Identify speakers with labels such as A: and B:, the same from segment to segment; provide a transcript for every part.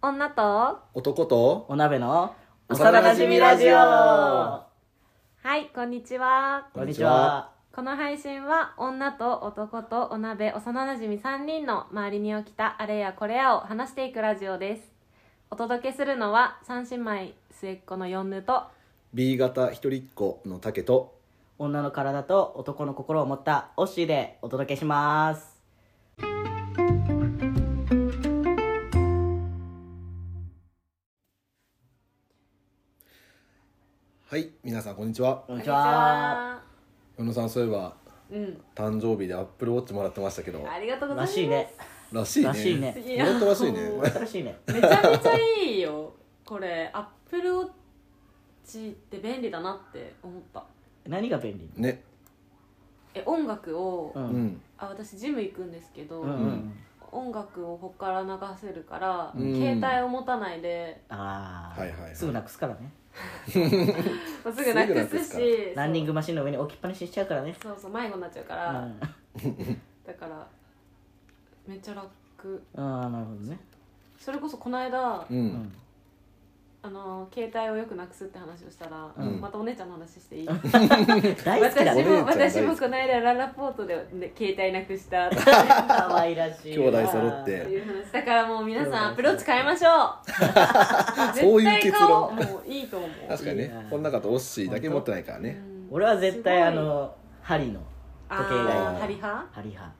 A: 女と
B: 男と
C: お鍋の
B: 幼馴染ラジオ
A: はいこんにちは
C: こんにちは
A: この配信は女と男とお鍋幼なじみ3人の周りに起きたあれやこれやを話していくラジオですお届けするのは三姉妹末っ子の四ヌと
B: B 型一人っ子の竹と
C: 女の体と男の心を持ったオッシーでお届けします
B: はい皆さんこんにちは
C: こんにちは
B: 与野さんそういえば
A: こんにちは
B: 誕生日でアップルウォッチもらってましたけど
A: うんありがとうござい
C: ら
A: ます
C: しいね
B: らしいね
C: らしいね
A: いや
B: 本当らしいね
C: おーらしいね
A: めちゃめちゃいいよこれアップルウォッチって便利だなって思った
C: 何が便利
B: ね
A: え音楽を、
C: うん
B: う
C: うん
A: あ私ジム行くんですけど、
C: んうん
A: 音楽をこっから流せるから、
B: うん
A: 携帯を持たないで
C: ああ
B: はいはいはい
C: すぐなくすからね
A: まあすぐなくすし
B: すぐなく
A: そう
C: ランニングマシンの上に置きっぱなしにしちゃうからね
A: そうそう迷子になっちゃうか
C: う
A: ら、
C: ん
A: だからめっちゃ楽
C: ああなるほどね
A: それこそこの間、
B: う
C: うんん
A: あの携帯をよくなくすって話をしたら、
B: うん
A: またお姉ちゃんの話していい
C: 大好き
A: 私
B: お姉ちゃ
C: だね
A: も
B: ん大好き
A: 私もこの間ララポートでで携帯なくしたって
C: 可愛らしい
B: 兄弟揃って
A: いう話だからもう皆さんアプローチ変えましょう
B: そういう
A: 絶対
B: 結
A: 買お
B: 論
A: うもういいと思う
B: 確かに
C: い
B: ね
C: いな
B: この中とオッシーだけ持ってないからね
C: 俺は絶対あ
A: すごい
C: の針の
A: あ
C: 時計以外
A: ー
C: は
A: ハリハ
C: 針派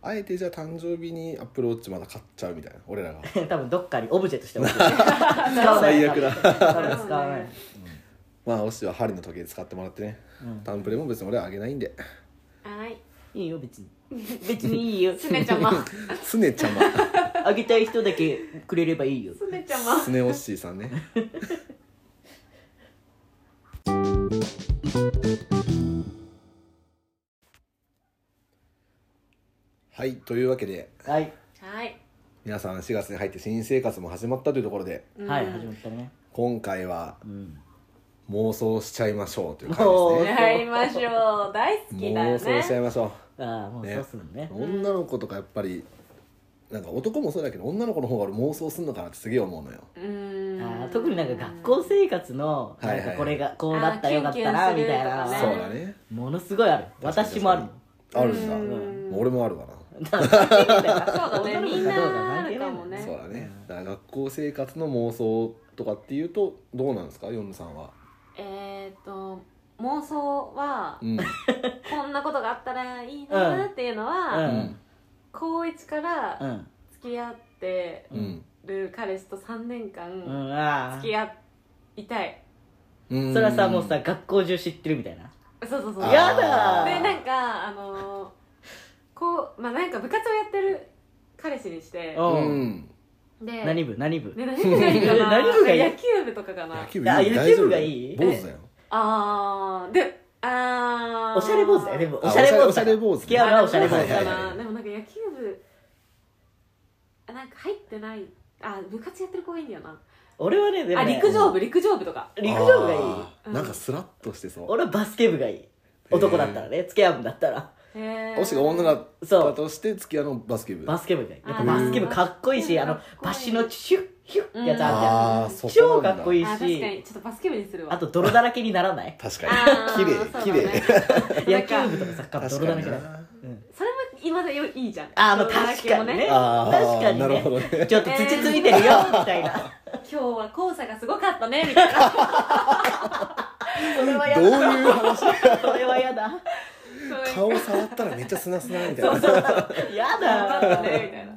B: あえてじゃあ誕生日にアップルウォッチまだ買っちゃうみたいな俺らが
C: 多分どっかにオブジェとして置 いてる使わない
B: 最悪だ
C: 多分使わない
B: まあオッシーは針の時計使ってもらってね
C: うん
B: タンプレも別に俺はあげないんで
A: はい
C: いいよ別 に別に いいよ
A: すねちゃま
B: すねちゃま
C: あげたい人だけくれればいいよ
A: すねちゃます
B: ねオッシーさんねはいというわけで
C: はい、
A: はい
B: 皆さん4月に入って新生活も始まったというところで
C: はい
A: うん
C: 始まったね
B: 今回は
C: うん
B: 妄想しちゃいましょうという感
C: お
A: やりましょう大好
B: じです
A: き
B: ね
A: だよ
B: 妄想しちゃ
A: ね
B: いましょ
C: ああもう
B: ね
C: そうっするね
B: う女の子とかやっぱりなんか男もそうだけど女の子の方が俺妄想するのかなってすげえ思うのよ
A: うー
C: ああ特になんか学校生活の
B: はいは
C: ないんかこれがこうだったらよかった
A: あ
C: な
A: ー
C: みたい
A: キュンキュンするとか
C: な
A: ね
B: そうだね
C: ものすごいある私もあるもん
B: あるんだ
A: うん
B: もう俺もあるわな
A: そうだね
C: 女の子
A: みんな
C: かどうか関
A: ある
C: 係ない
A: か
C: も
A: も
C: ん
A: ね
B: そうだねだから学校生活の妄想とかっていうとどうなんですかヨンヌさんは
A: えっと妄想は
B: うん
A: こんなことがあったらいいなっていうの
C: う
A: は
C: ん
A: 高1か
C: う
A: ら
C: ん
A: 付き合って
B: うん
A: る彼氏と3年
C: う
A: 間
C: んああ
A: 付き合いたい
B: うん
C: それはさもうさ学校中知ってるみたいな
A: そうそうそう
B: あー
A: で
C: やだー
A: なんかあのーこうまあなんか部活をやってる彼氏にして
C: う
B: うん
A: で
C: 何部何部
A: ね、何部がいいかな
C: 何部がいい
A: 野球部とかかな
B: 野球部
C: あ
B: いい大丈
C: 野球
B: 夫
C: 部がいい
B: 坊主だよ
A: あーであー
C: おしゃれ坊主だよでも
B: あ
C: おしゃれ坊主
B: おしゃれ坊主
C: 付き合うのはおしゃれ坊
A: あ
C: 主
A: ー
C: だ
A: か
C: よ
A: なでもなんか野球部あなんか入ってないあ部活やってる子がいいんだよな、
C: 俺はねでも
A: あ
C: ね
A: 陸上部陸上部とか
C: 陸上部がいい
B: あー
A: うん
B: なんかスラッとしてそう
C: 俺はバスケ部がいい男だったらね付き合うんだったら
A: へえ
B: おしが女だったとして付き合うのバスケ部
C: バスケ部がいいや
A: あ
C: っぱ
A: ー
C: バスケ部かっこいいし
A: うん
C: あの
A: かっこいい
C: バシのヒュッヒュッってやつ
B: あ
C: あ
B: あ
C: るじ
B: そ
C: ゃ
B: こ
C: ん超かっこいい
A: あ確か
C: し
A: にちょっとバスケ部にするわ
C: あと泥だらけにならない
B: 確
A: あー
B: かに綺麗綺麗
A: そうだね
C: 野球部とかサッカー部
B: 確か
C: 泥だら
B: に
C: けだ
B: な
A: それも今でいいじゃん
C: あーま
A: そ
C: あ
A: うだ
C: 確かにね
A: 今
B: あー
C: 確かにね
B: なるほどね
C: ちょっと土ついてるよみたいな
A: 日は黄砂がすごかったねみたい な
C: それ
B: ど
C: はや
B: ういう
C: だ
B: 話
C: それはやだ
B: 顔触ったらめっちゃ砂砂みたい
A: そう
B: な
A: そう
C: や
A: 頑張っ
C: だ
A: た ねみたいな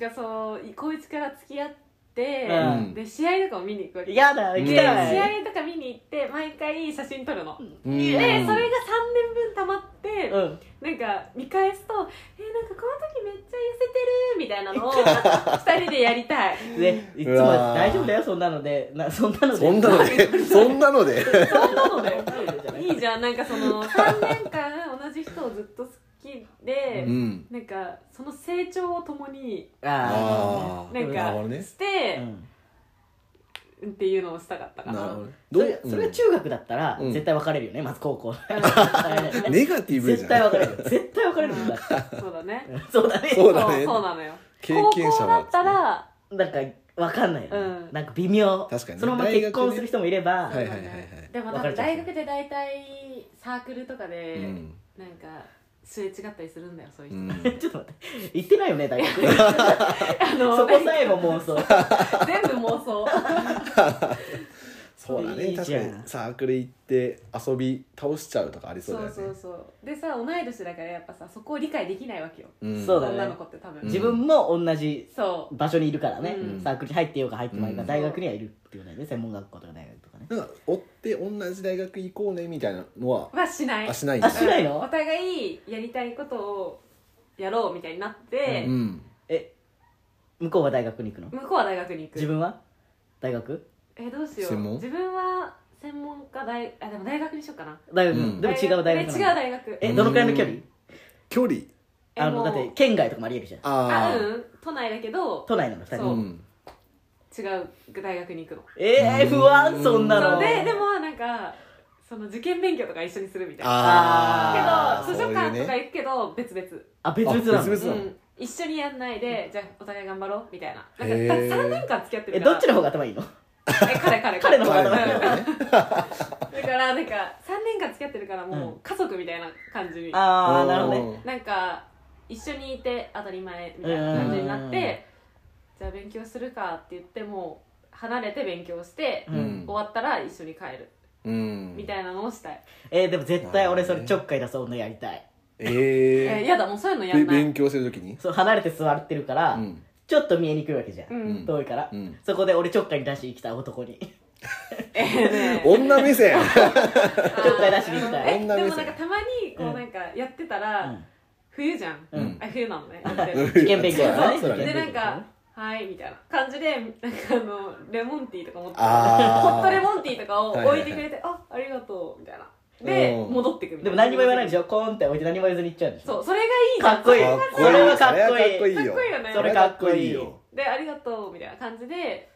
A: なんかそうこいつから付き合って、
C: うん
A: で試合とかも見に行くわけ
C: やだ行きた
A: 試
C: い
A: 合とか見に行って毎回写真撮るの、
B: うん
A: でそれが3年分たまって、
C: うん
A: なんか見返すと「えー、なんかこの時めっちゃ痩せてる」みたいな のを2人でやりたい
C: でいつも
B: うわー
C: 大丈夫だよそんなのでなそんなので
B: そんなのでそんなので
C: そんなので
A: いいじゃんなんかその3年間同じ人をずっと好きで、
B: うん
A: なんかその成長を共に
C: あ
B: あー
A: なん
B: なるほど
A: か
B: ね
A: して
C: あ、うん
A: っていうのをしたかったか
B: なる
A: な
B: ほどね
C: そ
B: ど
C: れ
B: う
C: それ中学だったら
B: うん
C: 絶対別れるよねまず高校
B: うん ネガティブじ
C: 絶対
B: ゃん
C: 別れるよ絶対別れる んだって
A: そうだね
C: そうだね
B: そうだね
A: そうなのよ
B: 経験者
A: 高校だ
B: は
A: ったら
C: なんかわかんないよね、
A: うん
C: なんか微妙
B: 確かにね
C: そのまま結婚する人もいれば、
B: はいはいはいはい
A: でも多分大学で大体サークルとかで、
B: うん
A: なんかすれ違ったりするんだよそういう
B: う
A: 人、
B: ん
C: ちょっと待って行ってないよね大学
A: あの
C: そこさえも妄想
A: 全部妄 想
B: そうだ
C: い
B: ね
C: い
B: 確
C: じゃ
B: か
C: ん
B: にサークル行って遊び倒しちゃうとかありそう
A: そ
B: だよ
A: う
B: ね
A: そうそうでさ同い年だからやっぱさそこを理解できないわけよ
B: うん
C: そうだね
A: 女の子って多分、
B: うん
C: 自分も同じ
A: そう
C: 場所にいるからね、
A: うん
C: サークルに入ってようか入ってまいか、
B: うん
C: 大学にはいるっていうことだよね専門学校とか大学とかね
B: なんか追って同じ大学行こうねみたいなのは
A: はしない
B: あしないん
C: あ
B: だ
C: しない
A: お
C: の
A: 互いやりたいことをやろうみたいになって
B: う、ん
C: え向こうは大学に行くの
A: 向こうは大学に行く
C: 自分は大学
A: えどうしよう
B: 専門
A: 自分は専門家大あでも大学にしようかな
C: 大学、
B: うん
C: でも違う大学なの
A: え違う大学
C: えどのくらいの距離
B: 距離
C: あのだって県外とかもありえるじゃん
B: あ
A: あ
B: あ
A: うん都内だけど
C: 都内なの2
A: そ
C: 人
A: う
B: うん
A: 違う大学に行くの
C: えー、不安そんな
A: そ
C: の
A: うででもなんかその受験勉強とか一緒にするみたいなけ
C: あ
B: あ
A: ど
B: ー
A: 図書館と
B: そう
A: か
B: いうね
A: 行くけど別々
C: あ別々な
B: あ
C: の
B: 別々そう
A: うん一緒にやんないでじゃあお互い頑張ろうみたいななんか
B: へー
A: 3年間付き合って
C: え
A: るから
C: どっちの方が頭いいの
A: え彼彼
C: 彼の方
B: 彼
C: が
B: の
C: 頭い
B: 方
C: いの
B: がね
A: だからなんか3年間付き合ってるからも
C: う
A: う家族みたいな感じに、
C: ああなるほどね
A: なんか一緒にいて当たり前みたいな感じになっ
C: うん
A: てじゃあ勉強するかって言ってもう離れて勉強して、
C: うん
B: うん
A: 終わったら一緒に帰る
B: うん
A: みたいなのをしたい、
C: えー、でも絶対俺それちょっかい出そうのやりたい
A: えー
B: え
A: やだもうそういうの
B: え
A: や
B: べ
A: んない、
B: 勉強するときに
C: そう離れて座ってるから、
B: うん
C: ちょっと見えにくいわけじゃん、
A: うん
B: ん
C: 遠いから、
B: うん
C: そこで俺ちょっかい出しに来た男に
A: えーね
B: 女目線
A: あー
C: ちょっかい出しに行きたい
A: え
B: 女
A: で
B: 目線
A: もなんかたまにこうなんかやってたら、
C: うん
A: 冬じゃん、
C: うん
A: あ冬なのねなんて
C: 受験勉強だね
B: そうだね
A: でなんか「はい」みたいな感じでなんかあのレモンティーとか持って
B: あー
A: ホットレモンティーとかを置いてくれて「あありがとう」みたいなで
B: うん
A: 戻ってくみた
C: で
A: い
C: も
A: な
C: 何も言わないでしょコーンって置いて何も言わずに行っちゃうでしょ
A: そうそれがいいじゃん
C: かっこいい
B: かっこいい
C: それはかっ
B: そ
C: こ
B: れはかっこ
C: いい
B: い
A: かっこ
B: いよ
A: いいよね
B: それかっこいいよ
A: で「ありがとう」みたいな感じで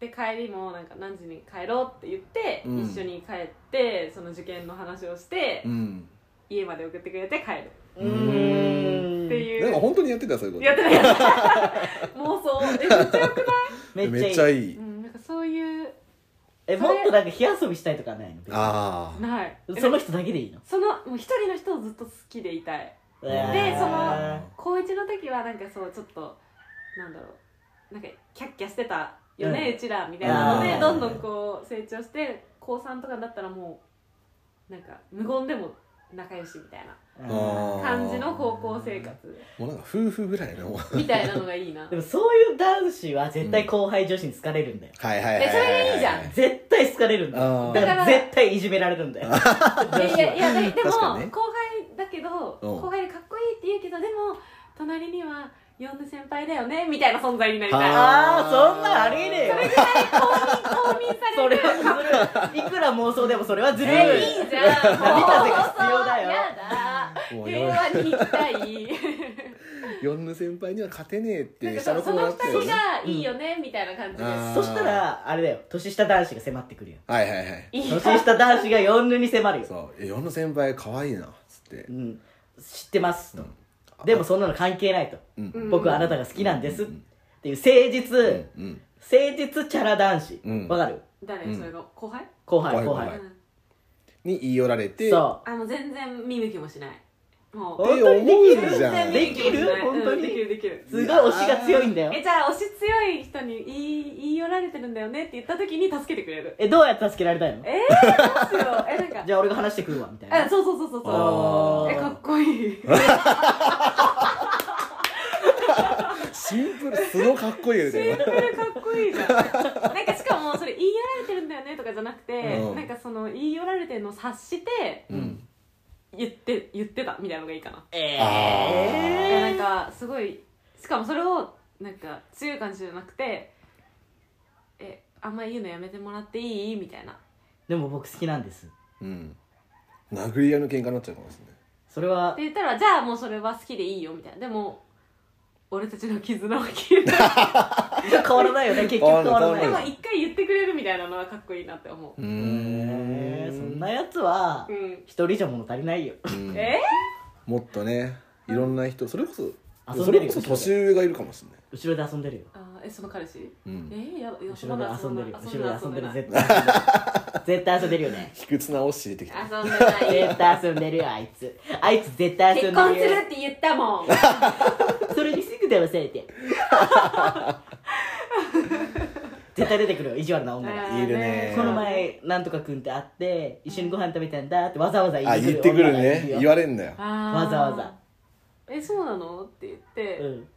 A: で帰りもなんか何時に帰ろうって言って、
B: うん
A: 一緒に帰ってその受験の話をして、
B: うん
A: 家まで送ってくれて帰る
C: うーん
A: ってい
B: なんか
A: う、
B: 本当にやってたそういうこ
A: やってない 妄想えめっちゃよくない、
C: め
B: とめ
C: っちゃい
B: っ
C: い
B: ちゃいい
A: うん、なんかそういう
C: えもっとなんか火遊びしたいとかないの別に
B: ああ
A: ない
C: その人だけでいいの
A: そのもう一人の人をずっと好きでいたい
C: で
A: でその
B: あ
A: 高一の時はなんかそうちょっとなんだろうなんかキャッキャしてたよね、う
C: うん
A: ちらみたいなの
C: あ
A: で
C: ー
A: どんどんこう成長して高3とかになったらもうなんか無言でも仲良しみたいな
B: あ
A: 感じの高校生活
B: もうなんか夫婦ぐらいのはい
A: みたいなのがい いな
C: でもそういう男子は絶対後輩女子に好かれるんだよ、
B: はいはいはい
A: えそれがいいじゃん
C: 絶対好かれるんだ
B: あ
C: よ
B: ー
C: だから絶対いじめられるんだよ女子
A: いやいやい
C: は
A: やででも
B: 確
A: 後
B: かに
A: 輩
B: ね
A: だけど
B: うん
A: 後輩でかっこいいって言うけどでも隣には呼んで先輩だよねみたいな存在になりたい
C: あーそんなんありえねえよ
A: それぐらい公認公認さ
C: そ
A: れ
C: れ
A: る
C: はずるいいくら妄想でもそれはずるい、
A: えいいじゃん
C: 波風が必要 だよ
A: やだ
B: もう
A: 平和に行きたい
B: ヨンヌ先輩には勝てねえっ
A: なん
B: て
A: か
B: 下
A: そそ
B: の子も
A: の
B: な
A: 二
B: ってるよ
A: 人
B: ね
A: がいいよね、みたいな感じで
B: あ
C: そしたらあれだよ年下男子が迫ってくるよ
B: はいはいはい
A: いい
C: 年
A: な
C: 下男子が4ぬに迫るよ、
B: そうえヨンヌ先輩可愛いなっつって
C: うん、知ってますと、でもそんなの関係ないと、
B: うん
A: うん
C: 僕はあなたが好きなんですっていう誠実、
B: うん
C: 誠実チャラ男子わ、
B: うん
C: かる
A: 誰
B: うん
A: それが後輩、
C: 後輩後
B: 後
C: 輩
B: 輩後輩
A: うん
B: に言い寄られて
C: そ
A: あもう全然見向きもしないも
C: お
A: う
B: って思うじ
A: 全然
B: ゃ
A: 見向
B: ん
A: きもしない
C: できる本当に
A: うんできるできる
C: うすごい推しが強いんだよ
A: えじゃあ推し強い人に言い言い寄られてるんだよねって言った時に助けてくれる
C: えどうやって助けられたいの
A: えー、どうしようえなんか
C: じゃあ俺が話してくるわみたいな
A: あそうそうそうそうそ
B: あ
A: う
B: ー
A: えかっこいい
B: シンプルすごいかっこいいよ
A: シン
B: ね
A: プルかっこいいじゃんなんかしかもそれ言い寄られてるんだよねとかじゃなくて、
B: うん
A: なんかその言い寄られてるのを察して
B: うん
A: 言って言ってたみたいなのがいいかな、
C: え
A: え
B: あ
A: ーなんかすごいしかもそれをなんか強い感じじゃなくてえあんま言うのやめてもらっていいみたいな
C: でも僕好きなんです
B: うん殴り合いの喧嘩になっちゃうかもしれない
C: それは
A: って言ったらじゃあもうそれは好きでいいよみたいなでも俺たちの絆は消えない
C: 変わ らないよね結局変わらない
A: で
B: 変わら
A: も
B: ない
A: 一回言ってくれるみたいなのはかっこいいなって思う
B: う
C: えーそん
B: ん
C: なやつは
A: うん
C: 一人じゃ物足りないよ
B: うん
A: え
B: もっとねいろんな人それこそ
C: 遊ん
B: それ
C: でるよ
B: こそ年上がいるかもしれない
C: 後ろで遊んでるよ
A: あーえその彼氏
B: うん
A: えー、やや
C: 後ろで遊んでるよ後ろで遊んでる
A: 絶
C: 絶対遊んでる絶対遊んでるよね
B: 卑屈なオッシー的な
A: 遊んでないよ
C: 絶対遊んでるよあいつあいつ絶対遊
A: 結
C: んでるよ
A: 婚するって言ったもん
C: それにすぐ騙されて絶対出てくるよ意地悪な女が
B: いるね
C: この前なんとか君って会って一緒にご飯食べたんだってわざわざ
B: あ
C: 言
B: 言っ
C: ってて
B: く
C: くる
B: る
C: 女がいる
B: ね
C: よ
B: 言われんだよ
A: わ
C: わざわざ
A: えそうなのって言って、
C: うん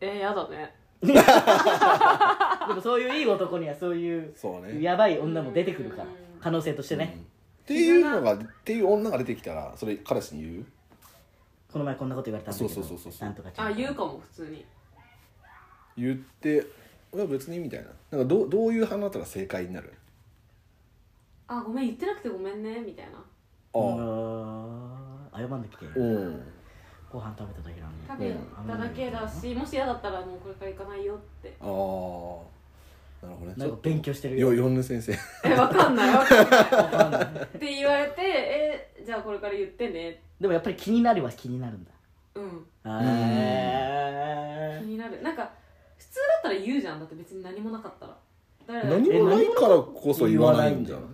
A: えー、やだね
C: でもそういういい男にはそういう
B: そうね
C: やばい女も出てくるから
A: うん
C: 可能性としてね、
B: うんっていうのがっていう女が出てきたらそれ彼氏に言う
C: この前こんなこと言われたんだけど
B: そうそうそうそう
C: なんとかちゃん
A: あ言うかも普通に
B: 言って「いや別に」みたいななんかどうどういう反応だったら正解になる
A: あごめん言ってなくてごめんねみたいな
B: あ
C: う
B: あ
C: ん謝んできて
B: うん
C: ご飯食べただけなのに
A: 食べただけだし、もし嫌だったらもうこれから行かないよって
B: ああなるほどね
C: なんか勉強してる
B: よ
C: よ
B: よんぬ先生
A: えわかんないわかんない
C: わかんない
A: って言われてえじゃあこれから言ってね
C: でもやっぱり気になるは気になるんだ
A: うん
C: へ
A: 気
C: ー
A: になるなんか普通だったら言うじゃんだって別に何もなかったら誰だ
B: 何もないからこそ言わないんじゃない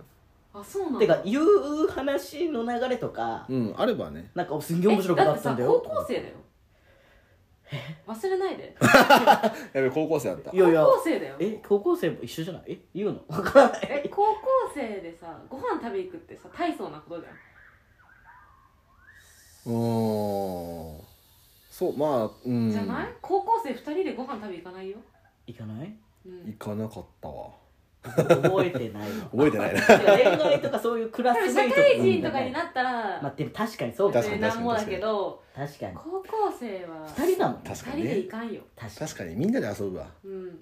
A: あそうなんだ
C: てか言う話の流れとか
B: うんあればね
C: なんかすんげえ面白くなったんだ
A: えだってさ高
C: よ
A: 校生だよ忘れないで
B: やべ高校生だった
C: いやいや
A: 高校生だよ
C: え高校生も一緒じゃないえ言うのわからない
A: え高校生でさご飯食べ行くってさ大層なことじゃん
B: うーんそうまあうん
A: じゃない高校生2人でご飯食べ行かないよ、
C: 行かない
A: うん、
B: 行かなかったわ
C: 覚えてないわ
B: 覚え てないな
C: いや恋愛とかそういうクラ
A: 多
C: ス
A: 分
C: メイ
A: 社
C: ト
A: 会人とかになったら、
C: まあでも確かにそうか
B: 確かに
A: なんもだけど
C: 確かに
A: 高校生は
C: 二人だもん
B: 確か
A: 2
B: に
A: 人で
B: ね
A: 行かんよ、
C: 確かに
B: 確かにみんなで遊ぶわ
A: うん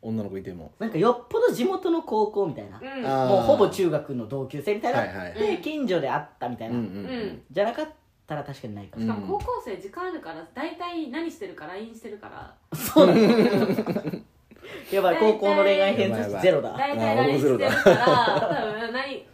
B: 女の子いても
C: なんかよっぽど地元の高校みたいな
A: うん
B: あー
C: もうほぼ中学の同級生みたいな、
B: はいはいはい
C: で近所で会ったみたい
B: うん
C: な、
B: うん
A: うん
C: じゃなかったら確かにな いかも、
A: しかも高校生時間あるから大体何してるか LINE してるから
C: そうなのやばい高校の恋愛偏差
B: やばいやばい
C: 値ゼロだ
A: 大体何してるから多分何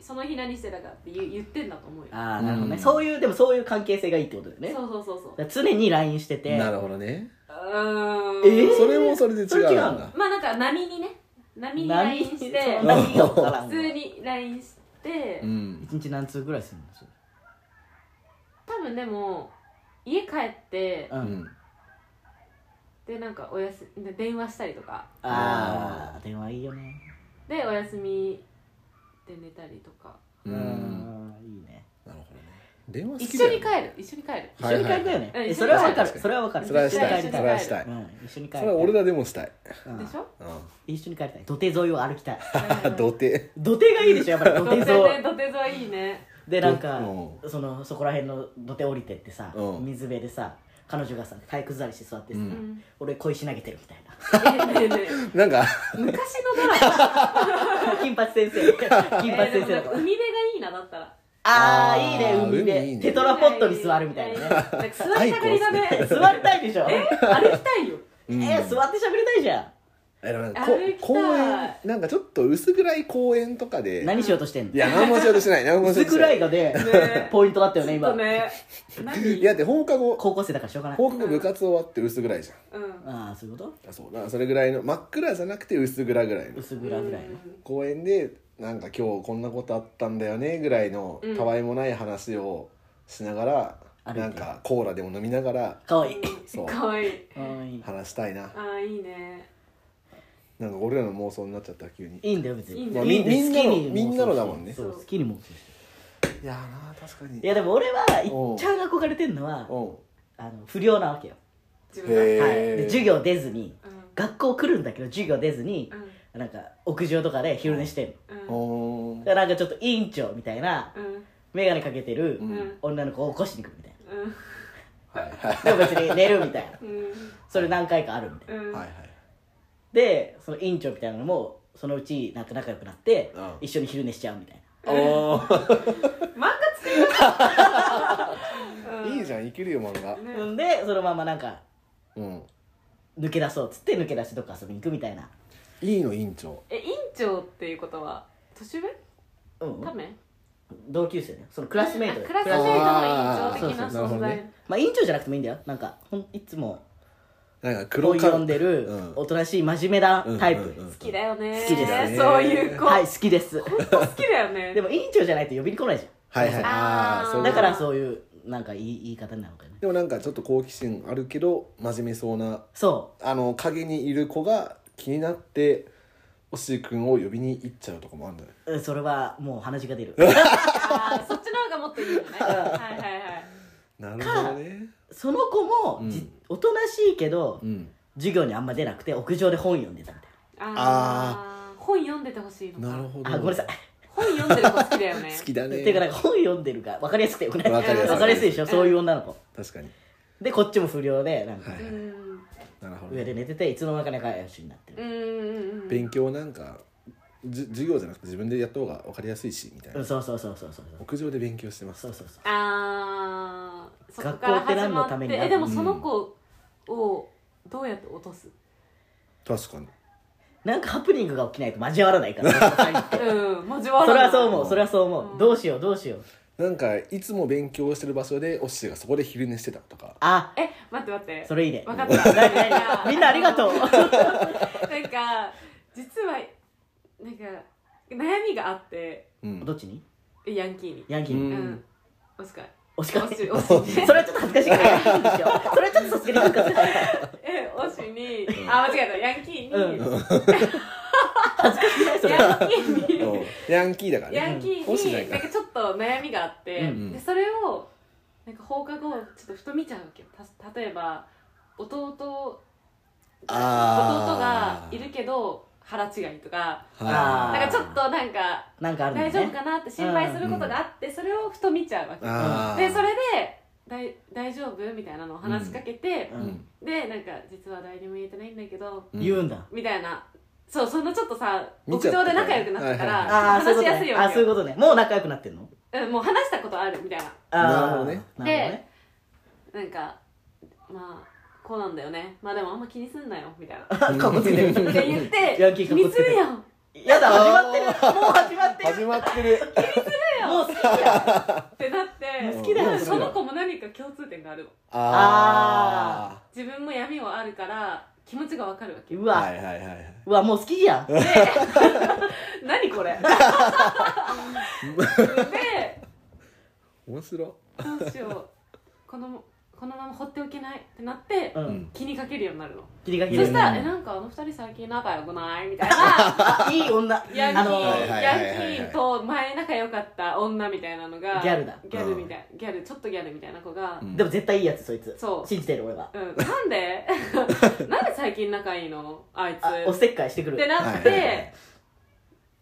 A: その日何してたかって言う言ってんだと思うよ
C: ああなるほどね、
B: うん
C: そういうでもそういう関係性がいいってことだよね
A: そうそうそうそう
C: だから常に LINE してて
B: なるほどね
A: うーん
C: えー
B: それもそれで違うん
C: それ違う
B: だ
A: まあなんか波にね波に
C: 何
A: LINE して
C: そう何が分からんわ
A: 普通に LINE して、
B: うん
C: 一日何通ぐらいするのそれ
A: 多分でも家帰って
C: う、
B: うんん
A: でなんかおやすで電話したりとか
C: ああ電話いいよね
A: でお休みで寝たりとか
B: う
C: うんんいいね
B: なるほどね電話好き
A: 一
B: だ
A: 緒
B: よ
A: に
B: ね
A: 帰る一緒に帰る
C: 一緒に帰りたいよね、
A: はいはい
C: えそれは分
B: 確
C: か
B: か
C: る
B: に
C: それは分かる
B: それはした
A: 一緒
B: い
A: に帰り
B: そ
A: たい
B: れはしたい
C: うん、一緒
B: そ
C: に帰りたい
B: れは俺らでもしたい
C: うん
A: でしょ
B: う
C: 一緒に帰りたい土手沿いを歩きたい
B: ん童貞
C: 土手がいいでしょやっぱり
A: 土
C: 土
A: 手
C: 手
A: 沿
C: 沿い
A: い土手沿いいいね
C: でなんか
B: う
C: そのそこら辺の土手降りてってさ、
B: うん
C: 水辺でさ彼女がさ体育座りして座ってさ、
B: う
A: うんん
C: 俺小石投げてるみたい
A: ねえねえねえ
B: なんか
A: 昔のドラマ
C: な金八先生金八先生
A: えーでもなん
C: と
A: か海
C: か
A: 辺がいいなだったら
C: あ
B: あ
C: あ
B: ー
C: いいね海で
B: 海いいね
C: テトラポットに座るみたいなね
A: なんか座りたがりだね
C: 座りたいでしょ
A: え歩きたいよ
C: えー座って喋りたいじゃ
B: えでもなんかこ
A: 歩きたい
B: 公園なんかちょっと薄暗い公園とかで
C: ん何しようとしてんの
B: いや何もしようとしない何もしよ
C: 薄
B: うとし
C: 暗
B: ない
C: いが ね
A: ね
C: ポイントだった
A: ちょ
C: よね
A: っと
C: 今
A: ね何
B: いやで放課後
C: 高校生だからしょうがない
B: 放課後部活終わって薄暗いじゃ
A: うん
C: ああそういうこと
B: んそうなそれぐらいの真っ暗じゃなくて薄暗ぐらいの
C: 薄暗ぐらいの
B: 公園でなんか今日こんなことあったんだよねぐらいの
A: うん
B: たわいもない話をしながら、
C: 歩いて
B: なんかコーラでも飲みながら
C: かわいい
B: そう
A: かわいい
C: かわいい
B: 話したいな
A: あーいいね
B: なんか俺らの妄想になっちゃった急にい
C: いいんだよ別に
A: いいんだ
B: まあ
A: よ
B: み
C: いいです
B: みんなの
C: 好きに
B: みんなのだもんね
C: そう好きにも
B: やーなー確かに
C: いやでも俺は一ちゃん憧れてんのは
B: うんへ
C: あの不良なわけよ、
A: 自分
C: はい、
B: え、
C: で授業出ずに
A: が
C: 学校来るんだけど授業出ずに
A: う、ん
C: なんか屋上とかで昼寝してんの、
A: うん
B: おー
C: でなんかちょっと委員長みたいな
A: うん
C: 眼鏡かけてる
B: うん
A: うん
C: 女の子を起こしに来るみたい
A: うん
B: はいはい
C: なでも別に寝るみたいな
A: う
C: それ何回かあるみたいなん
A: うん
B: はいはい
C: でその委員長みたいなのもそのうちなんか仲良くなって、
B: うん
C: 一緒に昼寝しちゃうみたいな
B: おー
A: 漫画作りた
B: いいじゃんいけるよ漫画
A: ね
C: うんでそのままなんか
B: うん
C: 抜け出そうっつって抜け出してどっか遊びに行くみたいない
B: いの委員長
A: え院長っていうことは年上
C: うん
A: ため
C: 同級生ねそのクラスメイト
A: あ
C: で
A: クラスメイトの院長的
C: あー
A: な
C: そ
B: なる
C: うそう
A: 存
B: ほど
A: 在
B: ね
C: まあ委員長じゃなくてもいいんだよなんかほんいつも
B: なんか
C: を
B: 黒
C: 読ん
B: で
C: でる
B: うん
C: おとなしい真面目なタイプ、
B: うんうんうん
A: 好きだよね
C: 好きです
B: ね
A: そういう子、
C: はい好きです
A: 本当好きだよね
C: でも委員長じゃないと呼びに来ないじ
B: はいはい
A: あー
B: そういう
C: ゃん
B: こ
C: だ
B: と
C: からそういうなんか言い言い方になるのかね
B: でもなんかちょっと好奇心あるけど真面目そうな
C: そ
B: あの陰にいる子が気になっておしーくんを呼びに行っちゃうとかもあるんだよね
C: ううんそれはもう鼻血 が出る
A: あーそっちの方がもっといいよ ねはいはいはい
B: なるほどね
C: その子もじ、
B: うん
C: おとなしいけど、
B: うん
C: 授業にあんま出なくて屋上で本読んでたみたい
A: ああ本読んでてほしいのか
B: なるほど
C: なあごめんなさい
A: 本読んでる子好きだよ ね
B: 好きだね
C: っていうかなんか本読んでるから分かりやすくてよくない
B: わかりやすい
C: わでしょそういう女の子
B: 確かに
C: でこっちも不良でなんか
B: は
A: う
B: い
A: ん
B: なるほど
C: 上で寝てていつの間にか仲良しになって
A: う
C: る、
A: んうんうん
B: 勉強なんかじ授業じゃなくて自分でやった方が分かりやすいしみたい
C: うん、
B: な
C: そうそうそうそうそうそう
B: 屋上で勉強してます
C: そうそうそう
A: あーそこから
C: 学校って
A: 始
C: 何
A: ま
C: の
A: って
C: ためにある
A: えでもその子をどうやって落とす
B: 確かに
C: なんかハプニングが起きないと交わ らないからそ
A: うん交わら
C: れ
A: ない
C: はそう思うそれはそう思う、
A: うん
C: どうしようどうしよう
B: なんかいつも勉強してる場所でおっしーがそこで昼寝してたとか
C: あ
A: え待って待って
C: それいいね
A: 分かった なんか
C: みんなありがとう
A: なんか実はなんか悩みがあって
B: うん
C: どっちに
A: ヤンキーに
C: ヤンキー
B: う
A: う
C: に、
B: ん
A: んおしかい
C: 押しかけ
A: 押し押しね
C: それはちょっと恥ずかしいからヤンキーにしようそれはちょっとさすがに恥ずかしい
A: えおしにあ間違えたヤンキーに、
C: うん 恥ずかしいそれ
A: ヤンキーに
B: うんヤンキーだからね
A: ヤンキー
B: おっしーじゃない
A: になん
B: か
A: かちょっと悩みがあって、
C: うんうん
A: でそれをなんか放課後ちょっとふと見ちゃうわけよた例えば弟弟が
B: あー
A: いるけど腹違いとか
C: あー
A: なんかちょっとなんか
C: なんかあるんだ
A: 大
C: よ
A: 丈夫
C: ね
A: かなって心配することがあってそれをふと見ちゃうわけよ
B: あー
A: でそれでだい「大丈夫?」みたいなのを話しかけて
C: う、
B: うん
A: でなんか「実は誰にも言えてないんだけど」
B: うん
C: 言うんだ
A: みたいなそうそのちょっとさ
B: 見
A: 屋
B: ちゃった
A: 上で仲良くなったか
B: はい
A: ら
C: ああそうい
A: 話
C: うこ
A: し
C: と
A: やすい
C: ね
A: わ
C: あ
A: け
C: そういう
A: よ
C: ことねもう仲良くなってんの
A: うんもう話したことあるみたいな
C: あー
B: なるほどね
C: なるほ
A: で
C: ど ね
A: なんかまあこうなんだよねまあでもあんま気にすんなよみたい な
C: かっこつけてる
A: って言って
C: ヤンキー
A: 気
C: かっこ
A: にす
C: つけて
A: るやん
C: やだ始まってるもう始まってる
B: 始まってる
C: もう好きや
A: ってなって
B: 好
C: きだよ
A: でも
C: そ
A: そ
C: れ
A: の子も何か共通点があるの
B: あ
A: 自分も闇はあるから気持ちがわかるわ けよ
C: う
B: あ
C: わ、
B: はいはいはいう
C: わもう好きじゃん
A: で何 これで
B: 面白
A: どうしようこのこのまま放っておけないってなって
C: うん
A: 気にかけるようになるの
C: 切りが
A: そ
C: 切れ
A: したら「
B: うん
A: えなんかあの二人最近仲良くない?」みたい な
C: あいい女
A: ヤンキ
C: あ
A: ー、
C: の
B: はいはい
A: ヤンキーと前仲良かった女みたいなのが
C: ギャルだ
A: ギャルみたいギャルちょっとギャルみたいな子が、
B: うん
C: でも絶対いいやつそいつ
A: そう
C: 信じてる俺は
A: うん、なんで なんで最近仲いいのあいつ
C: あおせっかいしてく
A: って
C: る
A: なっ
B: はいはいはい
A: て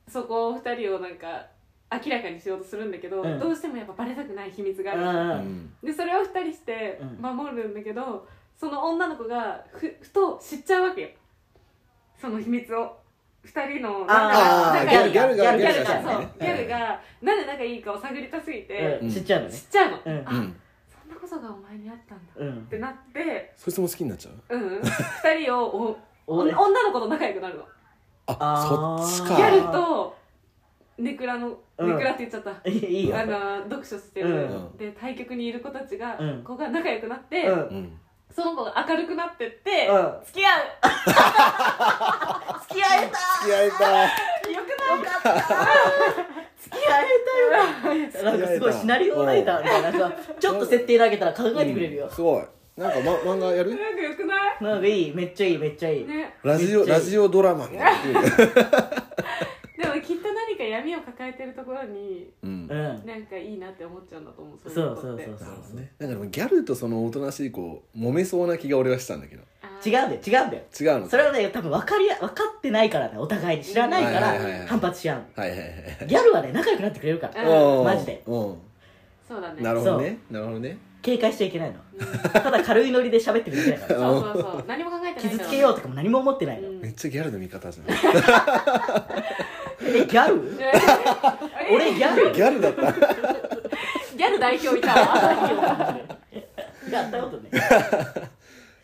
A: そこを二人をなんか明らかにしようとするんだけど、
C: うん
A: どうしてもやっぱバレたくない秘密が
C: う
A: ある、
B: うんん
A: でそれを二人して
C: うん
A: 守るんだけど、その女の子がふふと知っちゃうわけよその秘密を二人の
C: あ
A: 仲
B: ー
A: 仲いい
B: ギャルが
A: ギャル
B: ギャ
A: が
B: ル
A: そ
B: が
A: う
B: ね
A: ギャルがなんで仲いいかを探りたすぎて、
C: うん知っちゃうのね
A: 知っちゃうの、
C: うん
A: あ
B: うん
A: そんなことがお前にあったんだ
C: うん
A: ってなって
B: そいつも好きになっちゃう
A: うん二人をお
C: お
A: 女の子と仲良くなるの
B: あ
C: あー
B: そっち
A: ギ
B: か
A: ャルとネクラの
C: うん
A: ネクラって言っちゃった、
C: いいよ
A: あの読書して
C: う
A: る、
B: ん
A: で対局にいる子たちが、
C: うん
A: 子が仲良くなって、
C: うんう
B: う
C: ん
B: ん
A: その子が明るくなってって、
C: うん
A: 付き合う
C: 付き合え
B: 付き合えた
A: よく
C: 付き合えたよなんかすごいシナリオライターみたいなさちょっと設定投げたら考えてくれるよ
B: すごいなんか、ま、漫画やる
A: ないなんかよくな
C: なんかいいめっちゃいいめっちゃい
A: い
C: い
A: ね
B: ラジオ
C: めっちゃ
B: ラ
C: いい
B: ジオドラマみたいな
A: でもきっと何か闇を抱えてるところに
B: うん
C: う
B: なる
C: ん
A: なんかいいなって思っちゃうんだと思う
C: そう
A: い
C: そ
A: 子っ
C: うそう
A: て
C: そう
B: ほどねなんかでもギャルとそのおとなしい子揉めそうな気が俺はしたんだけど
A: あー
C: 違うんだよ違うんだよ
B: 違うのか
C: それはね多分分かりや分かってないからねお互いに知らないか
B: はいはいはいは
C: ら
B: い
C: 反発し合う
B: はいはいはい
C: ギャルはね仲良くなってくれるから
A: うん
B: うん
C: マジで
B: うん
A: そうだね
B: なるほどねなるほどね
C: 警戒しちゃい けないの
A: うん
C: ただ軽いノリで喋ってくれてないから
A: そうそうそう何も考 えてない
C: 傷つけようと
A: か
C: かも何も思ってないの
B: めっ
A: ん、
B: ちゃギャルの味方じゃん
C: えギャル俺
A: 俺
C: ギ ャル
B: ギャルだった
A: ギャル代表いたわ
C: やったことね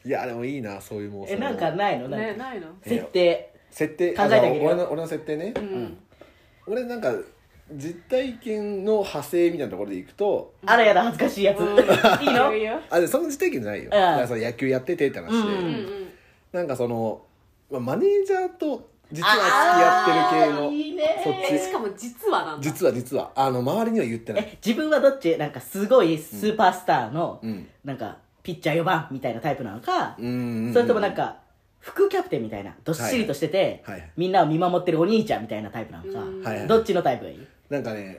B: いやでもいいなそういう妄想
C: えなんかないのなん
A: ね
C: か
A: ないの
C: 設定
B: 設定
C: 考えてあげるよ
B: あの俺の俺の設定ね
A: うん
B: 俺なんか実体験の派生みたいなところでいくと
C: あらやだ恥ずかしいやつ
A: うん
C: いいの
A: いいよ
B: あでその実体験じゃないよ、
C: ん
B: だからその野球やっててって話で、
C: うん
A: うんうん
B: なんかその、まあ、マネージャーと実は付き合ってる系
C: あー
B: の
C: いいね
B: そっ
A: えし
B: ち
A: かも実はなんだ
B: 実は実はあの周りには言ってない、
C: え自分はどっちなんかすごいスーパースターの、
B: うん
C: なんかピッチャー4番みたいなタイプなのか、
B: うんうんうん、
C: それともなんか副キャプテンみたいなどっしりとしてて、
B: はいはい
C: みんなを見守ってるお兄ちゃんみたいなタイプなのか、
A: うん
B: はいはい
C: どっちのタイプがいい
B: なんかね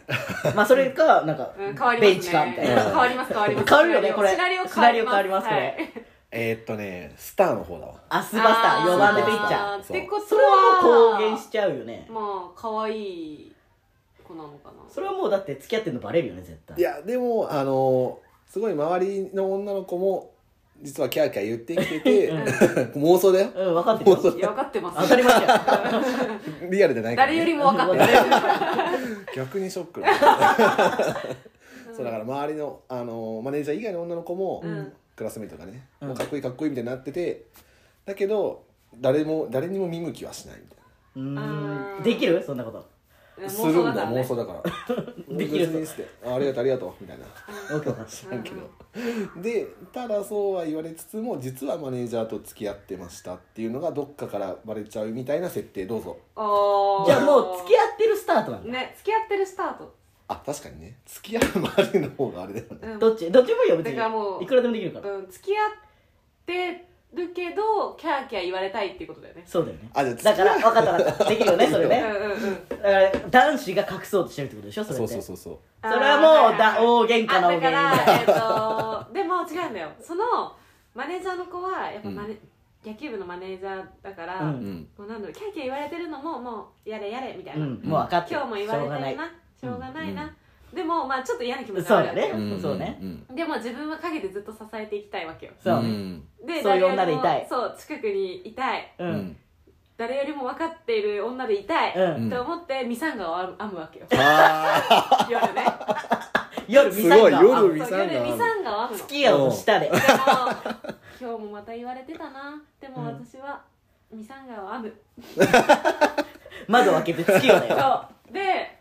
C: まあそれかなんか、
A: うん変わりますね
C: ベンチかみたいな、
A: 変わります変わります
C: 変わるよねこれ
A: シナリオ
C: シナリオ変わります
A: はい
C: これ
B: えーっとねスターの方だわ
C: あスーパースター4番でピッチャー
A: あっ
B: ー
A: てこと
C: それはもう公言
A: し
C: しちゃうよね
A: まあ可愛い子なのかな
C: それはもうだって付き合ってんのバレるよね絶対
B: いやでもあのすごい周りの女の子も実はキャーキャー言ってきてて 妄想だよ
C: うん分かってるよ
A: いや分かってます
C: 当たり前じゃん
B: リアルじゃないから、
A: 誰
B: ね、
A: よりも分かってる
B: 逆にショックだそうだから周りの、あのマネージャー以外の女の子も、
A: うん
B: クラスメートがね、
C: うん
B: もうかっこいいかっこいいみたいになっててだけど誰も誰にも見向きはしないみたいな
C: う
A: う
C: ー
A: んん
C: できるそんなこと
B: するんだ
A: 妄
B: 妄
A: 想
B: 想
A: だ
B: だから
C: できる
B: 別にしてあありがとうありがとうみたいな
C: わかりまし
A: からね
B: けどでただそうは言われつつも実はマネージャーと付き合ってましたっていうのがどっかからバレちゃうみたいな設定どうぞ
C: た
A: あー
C: じゃあもう付き合ってるスタートなんだ
A: ね付き合ってるスタート
B: あ確かにね付き合う周りの方があれだよね
A: うん
C: どっちどっちもいいよ別に
A: だからもう
C: いくらでもできるから
A: うん付き合ってるけどキャーキャー言われたいっていうことだよね
C: そうだよね
B: あじゃあ
C: だから分かった分かったできるよねそれ
A: うん
C: ね
A: うんうん
C: だから男子が隠そうとしてるってことでしょそれって
B: そうそうそうそう
C: それはもうだ
A: あー
C: 大喧嘩の
A: あ
C: 大
A: だか
C: 喧
A: ら
C: 嘩
A: えっ、とでも違うんだよそのマネージャーの子はやっぱマネ、野球部のマネージャーだから、
C: うん
B: うん
A: もうなんだろうキャーキャー言われてるのももうやれやれみたいうな、
C: んもう分かって
A: 今
C: る
A: 日も言わ
C: しょうが
A: れて
C: な
A: る
C: い
A: なしょうがないな、
B: う
A: でもまあちょっと嫌な気持ち
C: そう
A: はある
C: だ
A: わけ
C: ね
A: よ
B: うん
C: そうね
B: ん
A: でも自分は陰でずっと支えていきたいわけよ
C: そうね
B: ん
A: で
C: そういう女
A: 誰よ
C: で
A: り
C: い
A: も
C: たい
A: そう近くにいたいう
B: うんん
A: 誰よりも分かっている女でいたい、
C: う
B: うん
C: ん
A: と思ってミサンガを編む編む わけよ
B: あ
A: 夜ね
C: 夜見
B: す
C: たい
B: ごい
C: から
B: 夜
A: そう
B: ミ
A: 夜ミ
B: サンガを編む
A: サンガを編むの
C: 付き合うとしたで
A: でも 今日もまた言われてたなでも私はミサンガを編む、
C: 窓を開けて付き合 うだよ
A: そうで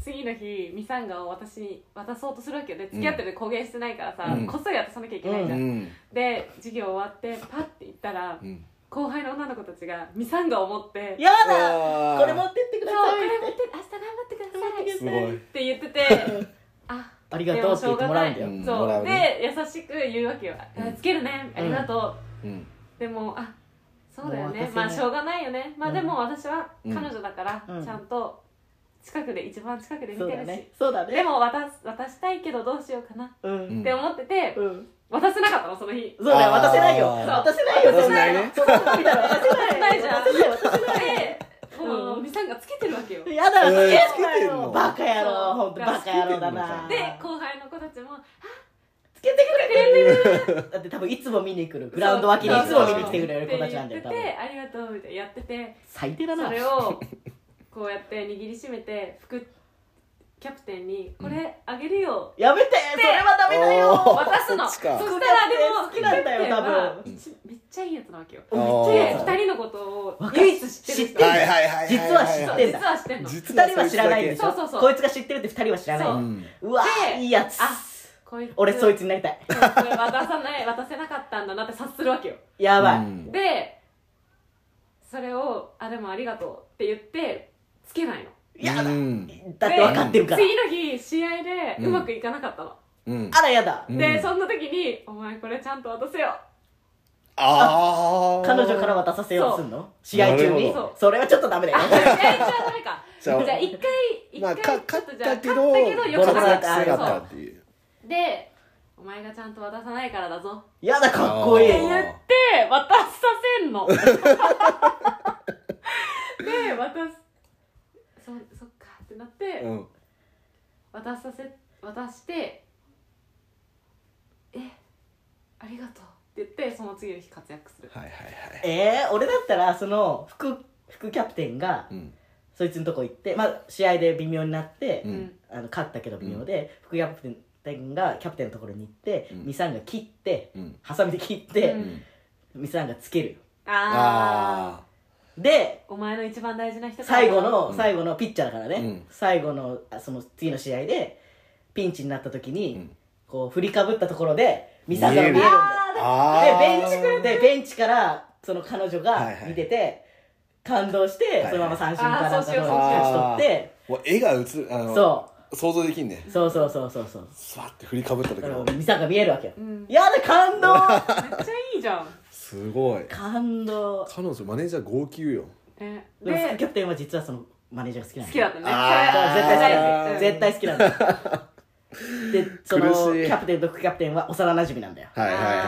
A: 次の日ミサンガを私に渡そうとするわけよで付き合ってて公言してないからさ、
B: うん
A: こっそり渡さなきゃいけないじ
B: ー
A: ゃ、
B: うんん
A: で授業終わってパッて行ったら
B: うん
A: 後輩の女の子たちがミサンガを持って
C: やだ
B: あー
C: これ持ってってく
A: そ
C: だ
A: う
C: さ
A: これ
C: い
A: 持って明日頑張ってください
B: すごい
A: って言っててあ
C: ありがとうって言ってもらうんだよ
B: うん
A: そ
B: もら
A: う
B: う
A: で
B: ね
A: 優しく言うわけよ「
B: うん
A: あつけるねありがとう」
B: うん
A: でもあそうだよ
C: もう
A: ね
C: 渡せな
A: ま
C: い
A: あしょうがないよねまあでも私は
B: うん
A: 彼女だから、
C: うん
A: ちゃんと近くで一番近くで見て
C: そうだ
A: るし、
C: ねそうだね
A: でも渡す渡したいけどどうしようかな
C: う
B: うんん
A: って思ってて、
C: うん
A: 渡せなかったのその日
C: そうだよ
B: あー
C: 渡せないよ
B: そう
C: 渡せないよ
B: 渡せないね
C: そうだみたいな渡せ
A: 渡せ
C: な
A: ないいじゃん
C: 渡せない渡せない
A: でもう
C: う
A: んミサンがつけてるわけよで
C: や
B: え
C: だ、
B: ー
C: つけん
B: つけ
C: な
B: てんの
C: よバカ野郎、ほんと
A: そう
C: バカ野郎だな
B: つけてん
A: 後輩の子たちも
C: つけてくれてるだって多分いつも見に来るグラウンド脇にいつも見に来てくれる子たちなんだよ
A: って言
C: 多分
A: っててありがとうみたいなやってて
C: 最低だな
A: それをこうやって握りしめて副キャプテンに「これあげるよ」
C: やめてそれはダメだよ
B: お
A: 渡すの
B: そ
A: そ
B: っち
A: したらで
B: か
A: も
C: 好きなんだよ多分
A: キャプテンは一めっちゃいいやつなわけよ
B: お
C: めっちゃいい
A: で
C: やつ
B: ー
C: だ
A: 2人のことを
C: わかる
A: 唯一知ってる
C: 知っ
A: 人
C: てる
B: はいはいはいはい
C: 実は知
A: そ
C: っ
A: う
C: てんだ
A: 実は知ってんの
B: 実
C: 二人は知らないんでしょ
A: そうそうそう
C: こいつが知ってるって二人は知らない
A: そう
B: う
C: うんわ
A: で
C: いいやつ
A: あこいつ
C: 俺そい
A: つ
C: つになりたい
A: 渡さない 渡せなかったんだなって察するわけよ
C: やばい、
B: うん
A: でそれを「あでもありがとう」って言ってつけないの
C: やだ、
B: うん
C: だって分かってるから
A: 次の日試合でうまくいかなかったの、
B: うん
C: あらやだ
B: うん
A: でそんな時に「お前これちゃんと渡せよ
B: あー
C: 彼女から渡させようとすんの試合中
B: な
C: に
B: るほ
A: ど
C: それはちょっとダメだよ」
A: 試合中はダメかじ
B: じゃあ
A: ゃあ一回一
B: まあ
A: 回
B: か
A: ちょ
B: 勝
A: っと
B: っ
A: じゃあ
B: た
A: 勝った
B: け
A: け
B: ど
A: どよくなか
B: ボロが
A: っ
B: く
A: た
B: せなかった
A: そ
B: っていう
A: うでお前がちゃんと渡さないからだぞ
C: やだかっこいい
B: あー
A: 言って渡させん ので渡すそそっかってなって、
B: うん
A: 渡させ渡して「えありがとう」って言ってその次の日活躍する
B: はいはいはい
C: えー、俺だったらその副副キャプテンが
B: うん
C: そいつのとこ行って、まあ、試合で微妙になって、
B: うん
C: あの勝ったけど微妙で、副キャプテンがキャプテンのところに行って、
B: うん
C: ミサンが切って
B: うん
C: ハサミで切って、
A: う
B: うんん
C: ミサンがつけるよ
A: ああ
B: あ
C: で
A: お前の一番大事な人から
C: 最後の、
B: うん
C: 最後のピッチャーだからね、
B: うん
C: 最後のあその次の試合でピンチになった時に、
B: うん
C: こう振りかぶったところでミサンが見えるんだよ
A: あ
B: あ
C: でベンチでベンチからその彼女
B: は
C: が
B: いはい
C: 見てて、感動して、
B: はい
C: そのまま三振かなんかの
A: あーそうしよう
C: 勝ち取って、
B: もう絵が映るあの
C: そ
B: 想像できんね
C: う。そうそうそうそうそう。
B: スワッて振りかぶった時
C: だから
B: の
C: ミサが見えるわけよ。
A: うん
C: やだ、感動
A: めっちゃいいじゃん
B: すごい
C: 感動。
B: 彼女マネージャー号泣よ
A: え
C: でも、副キ
A: で
C: ャプテンは実はその、マネージャーが好きなの。
A: 好きだったね
B: あ
A: それ
B: ー
A: それ
B: あー
C: 絶対好 きなんだよ。絶対好きなんだよ。で、その、
B: 苦しい
C: キャプテンと副キャプテンは幼馴染なんだよ。
B: はいはいはいはいはい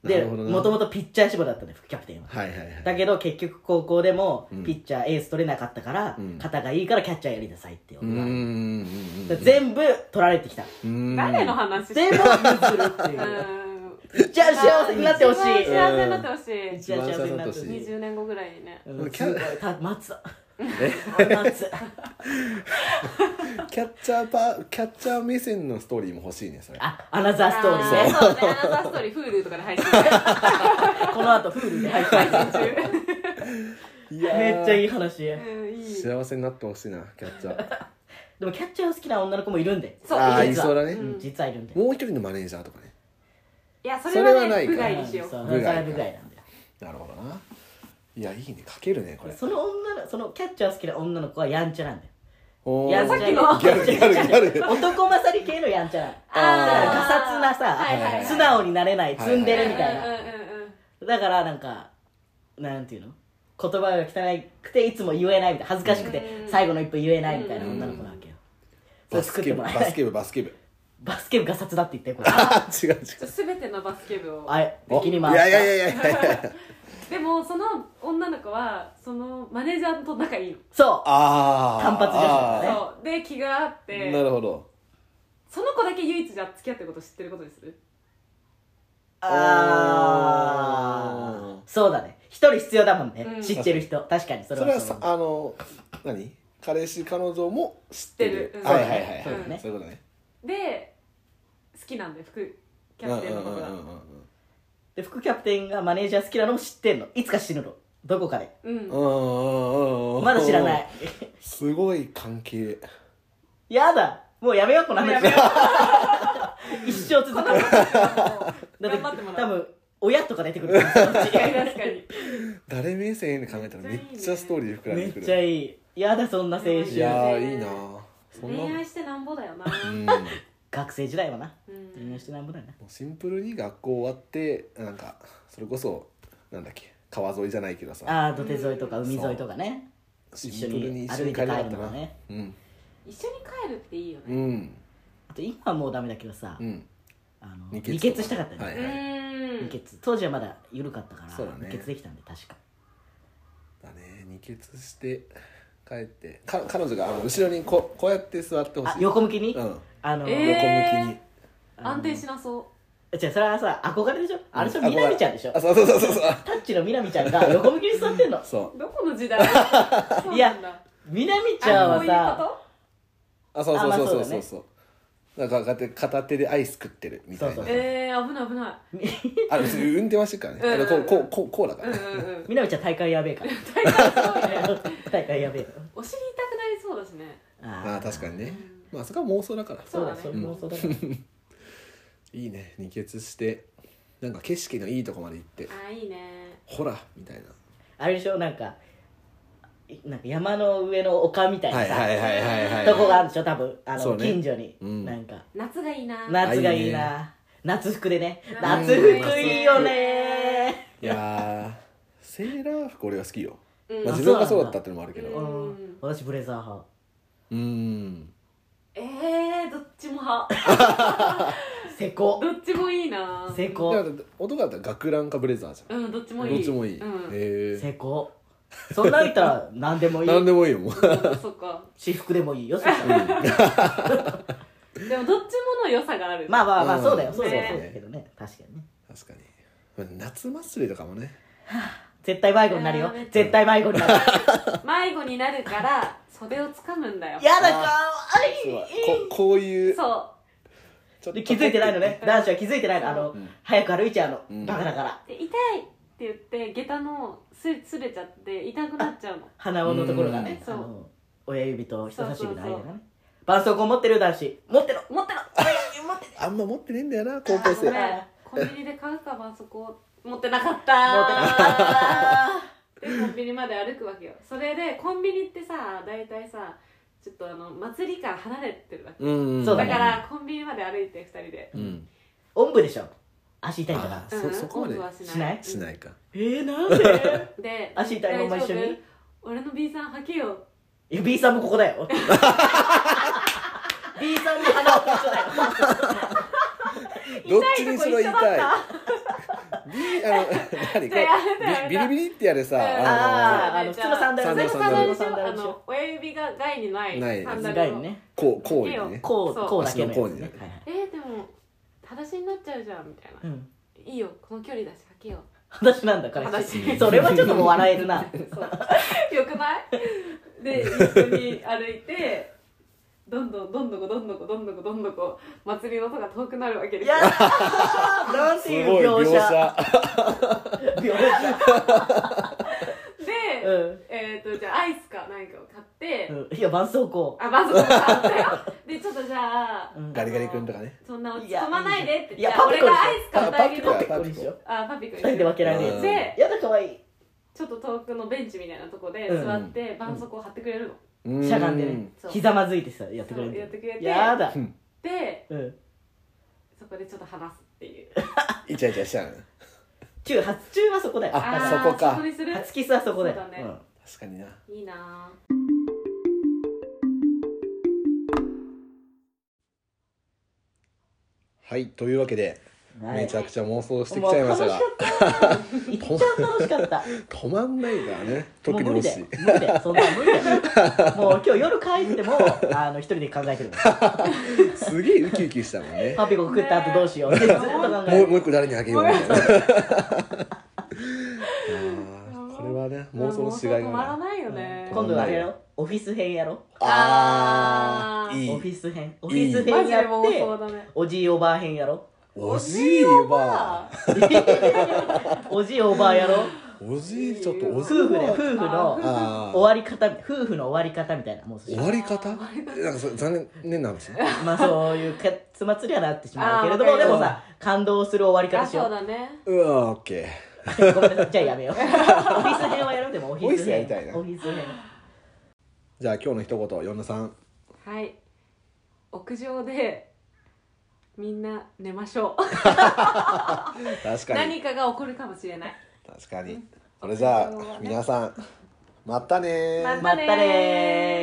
B: な
C: で、
B: るほどな
C: もともとピッチャー志望だったんだよ、副キャプテンは。
B: はいはいはい
C: だけど結局高校でも
B: うん
C: ピッチャーエース取れなかったから、
B: うん
C: 肩がいいからキャッチャーやりなさいって
B: う
C: 言
B: んうん
C: われ
B: うんう
C: た
B: ん
C: 全部取られてきた
B: うん
A: 誰の話して
C: 全部
A: る
C: 譲るっていう
A: うん
C: ピッチャー幸せになってほしい
A: 一番幸せになってほしい
C: 一番幸せになってほし
B: うん
C: い
A: 20年後ぐらいにね
C: うん
B: キャ
C: すごいた待つ
B: え
C: 俺待つ
B: キャッチャーパキャッチャー目線のストーリーも欲しいねそれ
C: あアナザーストーリー
A: あ
C: ね
A: そうねアナザーストーリー Hulu とかで配信 中
C: この後フールで入っ て
B: い
C: めっちゃい
B: い
C: い話で
A: うんいいそう
B: 幸せになってほしいなキャッチャー
C: もキャッチャーを好きな女の子もいるんで
B: ああ
A: い
B: い
A: い
B: そうだね
C: うん実はいるんで
B: もう一人のマネージャーとかね
A: いやそれは
B: それはな
A: ね
B: いか
A: 部外にしよう
C: そうう
B: 部
C: それ
B: 外
C: は部外なんだよ
B: なるほどないやいいね書けるねこれ
C: その女のそのキャッチャー好きな女の子はやんちゃなんだよ
B: おー
C: やんちゃ
A: さっきの
B: ギャルギャルギャル
C: 男勝り系のやんちゃなのだから
B: あ
C: ガ
B: ー
C: サツなさ、
A: はいはいはい
C: 素直になれないツンデレみたいな、
A: うんうんうん
C: だからなんかなんていうの言葉が汚くていつも言えないみたいな恥ずかしくて
A: うん
C: 最後の一歩言えないみたいな女の子なわけよ、それ
B: バ
C: 作
B: ス
C: っ
B: ケ
C: て
B: 部
C: もらえ
B: バ
C: な
B: ス
C: い
B: ケ部バスケ部
C: バスケ部が殺だって言ってこれ
B: あ違う違う
A: ちょ全てのバスケ部を
C: あれ敵に
B: い
C: 回した
B: やいやいやいやいやいや
A: でもその女の子はそのマネージャーと仲いいの
C: そう
B: ああ
C: 単発女子だね
A: そうで気があって
B: なるほど
A: その子だけ唯一じゃあ付き合ってること知ってることにする
C: あ
B: おー
C: ーそうだね一人必要だもんね、
A: うん
C: 知ってる人確かにそれ
B: それ
C: は
B: は
C: そう
B: さあの何彼氏彼女も知ってる
A: 知ってるうん
B: はいはいはい
C: そうだね
B: そういうことね
A: で好きなんで副キャプテンのことが
B: うんうんうん
C: で副キャプテンがマネージャー好きなのも知ってんのいつか死ぬのどこかで
A: うん
B: うんうん
C: まだ知らない
B: すごい関係
C: やだもうやめようこの話
A: やめよ
C: 一生続く
A: この
C: だって
A: 子はもう頑張っても
C: 多
A: らう
C: 分親とか出てくると思う
A: 確かに確か に
B: 誰目線で考えたらめっちゃストーリ ー膨ら
C: め
B: んでく
C: っ
B: る
C: ちゃいいやだそんな青春
A: い
B: いやーいいなそんな
A: 恋愛してなんぼだよな
B: うん
C: 学生時代はな
A: うん
C: 恋愛してなんぼだな
B: もうシンプルに学校終わってなんかそれこそなんだっけ川沿いじゃないけどさ
C: ああ土手沿いとか海沿いとかね
B: シ
C: 一緒
B: ンプルに
C: に
B: 一緒
C: 歩いて
B: に
C: 帰
B: 帰
C: る
B: りたかっ
C: の
B: た
C: も
B: な
C: ね
B: うん
A: 一緒に帰るっていいよ
B: う
A: ね
B: ん
C: あと今はもうダメだけどさ
B: うん
C: あの
B: 二
C: 二
B: 血とか
C: 血したかった
B: は
A: う
B: い
C: ね
A: ー
C: 二
A: ん
C: 血当時はまだ緩かったから
B: そうだね
C: 二血できたんで確か
B: だね二血して帰ってか彼女があの後ろにここうやって座ってほし
C: あ
B: い
C: 横向きに
B: うん
C: あの
A: えー
B: 横向きに
A: 安定しなそう
C: 違うそれはさ憧れでしょあれでしょみなみちゃんでしょ
B: あそうそうそうそうそう
C: タッチのみなみちゃんが横向きに座ってんの
B: そう
A: どこの時 代そう
C: いや
A: なんだ
C: みなみちゃん
A: あこう
C: は
A: いう
C: さ
A: こ
B: あそう
C: あ
B: そう
C: まあ
B: そう
C: そ
B: そう
C: うだ
B: そ
C: ね
B: うそうなんかこうやって片手でアイス食ってるみたいな
C: そう
A: と
C: そう
A: えー危ない危な
B: あれ別に運転はしてるからね
A: うん
B: あれこうこうこうこうだからね
A: いうんうんうん
C: みなみちゃん大会やべえ から
A: 大体そうね
C: 大会やべえから
A: お尻痛くなりそうだしね
B: ああ確かにねまあそこは妄想だから
A: そうだね
C: そう妄想だから
B: いいね二血してなんか景色のいいとこまで行って
A: あいいね
B: ほらみたいな
C: あれでしょなんかいなんか山の上の丘みたいな
B: はい
C: さ、
B: はいはいはいはい
C: とこがあるでしょ多分あ
B: そ
C: の、
B: うね
C: 近所に、
B: うん
C: なんか
A: 夏がいいな
C: 夏がいいな夏服でね夏服いいよね
B: いやーセーラー服俺は好きよ、
A: うん
B: まあ、
C: あ
B: 自分がそうだったってのもあるけど
A: そうなん
B: う
A: だ
C: ん
A: うん
C: 私ブレザー派
B: ーん
A: えー、どっちも派
C: セコ
A: どっちもいいな
C: セ
B: だから
C: コ
B: 男だったら学ランかブレザーじゃん
A: うんどっちもいい
B: どっちもいい、
A: うん、
B: へえ
C: セコそんなん言ったら何でもい い
B: 何でもいいよもう
A: そっかそっか
C: 私服でもいいよそしたら
A: でもどっちもの良さがある
C: まあまあま
B: う
C: あ
B: ん
C: そうだよ、そうだよ
A: ね
C: そうだけどね確かにね
B: 確かにまあ夏祭りとかもね
C: 絶対迷子になるよ
A: あー
C: 絶対迷子になる
A: 迷子になるから袖をつかむんだよ
C: やだかわ
B: そうだ
C: いい
B: ここういう
A: そ
B: ちょっ
C: で気づいてないのね男子は気づいてないのあの、
B: ん
C: 早く歩いちゃうの、
B: うん
C: バカだから
A: うで痛いって言って下駄のすすれちゃって痛くなっちゃうの
C: 鼻緒のところがね
A: うん
C: あの親指と人差し指の間
A: そう
C: がね絆創膏持ってる男子持ってろ
A: 持ってろ
C: 持ってろ
B: あんま持ってねえんだよな高校
A: ごめ
B: 生
A: んコンビニで買うかばんそこ持ってなかったで コンビニまで歩くわけよそれでコンビニってさ大体さちょっとあの祭りから離れてるわけ、
B: うん
C: そう
A: だ
C: ね
A: からコンビニまで歩いて2人で、
B: うん
C: おんぶでしょ足痛いか
B: あ
C: ら
B: ーそそこまで
A: うんうん音は
C: しない
B: し
A: い
B: ないか
C: えー、なんで
A: うんで
C: 足痛いまま一緒に
A: 大丈夫俺の B さん履けよ
C: いや B さんもここだ よ B さんの鼻をここだよ
B: どっちにしろ痛い
A: 痛いとこ一緒だっ
B: ビあの何これビビリビリってやるさ
A: うん
B: あ
C: あーあの普通のサンダル
A: それも
B: 普通
A: サ
B: の
A: ンダルでし
C: サンダル
A: ょあ
C: でしょ
A: の親指が害にない
B: ない
A: サンダル
C: 長い
A: を
C: ね
B: のこうこうよね
C: こ
A: そう
C: うこうだけのやつ
B: 足の甲にね
C: はいはい
A: えー、でも裸足になっちゃうじゃんみたいな、
C: うん
A: いいよこの距離だし履けよ
C: 裸足なんだから
A: 裸足
C: それはちょっともう笑える な
A: そう よくないで一緒に歩いてどんどんどんどこどんどこどんどこどんどこ祭りの音が遠くなるわけで
C: い
A: すよ
C: やー なん
B: す
C: て
B: ごい
C: いう描
B: 描
C: 写
B: 写
C: 描写
A: で、
C: うん
A: えっ、とじゃあアイスか何かを買って、
C: うんいや絆創膏
A: あまず買ったよでちょっとじゃあ、
C: うん
B: ガリガリ君とかね
A: そんな落
C: い
A: ち
C: や
A: 込まないでって
C: いや
A: じゃあ
C: パピ
A: 俺が
C: コ
A: ア
C: でしょ
A: イス買ってあげる
B: パ
A: よ
B: ピコ
C: これでしょ
A: あパピコ
C: 二人で分けられるや
B: うん
C: つ
A: で
C: やだ可愛い
A: ちょっと遠くのベンチみたいなとこで
C: うん
A: 座って絆創膏を貼ってくれるの、
B: う
C: しゃがんでね
A: そう
C: ひざまずいてさやってくれるんだよ
A: そうやってくれて
C: やだ
B: うん
A: で
C: うん
A: そこでちょっと話すっていう
B: イチャイチャしちゃうね
C: 中初中はそこだよ
B: あ
A: ー
B: そこか
A: そこにする
C: 初キスはそこだよ
A: そうだね
C: うん
B: 確かにない
A: いなぁ
B: はいというわけで
C: はい
B: めちゃくちゃ妄想してきちゃいましたが
C: もう楽しかった。いっちゃ楽しかった。
B: 止まんないからね 特に
C: もう
B: も
C: 無理
B: し
C: だよ。無理だよ。そんなの無理だ よ。もう今日夜帰っても、あの、一人で考えてるもん。
B: すげえウキウキしたもんね
C: パピコ食った後どうしようってずっと考え
B: もう
C: て
B: もう
C: る。
B: 一個誰にあげようみたいなあーこれはね妄想のしがい
A: もう
B: が
A: 止まら
B: な
A: な
B: い
A: いよね、
C: 今度はあれやろオフィス編やろ
B: あ
A: あ
B: ー
A: ー
B: い
C: オフ
B: い
C: ィス編。オフィス
A: マ
C: 編
A: ジで
C: やっ
A: 妄想
C: て、
A: だね
C: おじいおばあ編やろ
B: おじいば
C: おじいおばあやろ
B: おじいちょっとお
C: 夫
B: じい
C: 婦で、夫
B: ば
C: 婦の
B: あ
C: 終わり方、夫婦の終わり方みたいな、もうそし
B: 終
C: たら
B: わり方なんかそ残念な話ね
C: まあそういうか、つまつりはなってしまうけれども、
A: あーわか
C: で
A: る
C: もさ、感動する終わり
A: あ
C: 方しよ
A: そう
C: う。
A: だね
B: うわオッケ
C: ごめんなさい、じゃあや めよう。オフィス編はやろうでもオフ
B: オフ
C: ィ
B: ィ
C: ス
B: スや
C: 編。
B: りたいな
C: オフィス編。
B: ーじゃあ今日の一言四田さん
A: はい屋上でみんな寝ましょ
B: 確
A: う
B: か
A: 何
B: に
A: かが起こるかもしれない
B: 確かにそれじゃあ
A: 屋上はね
B: 皆さんまたねー
A: ま
C: まったねー。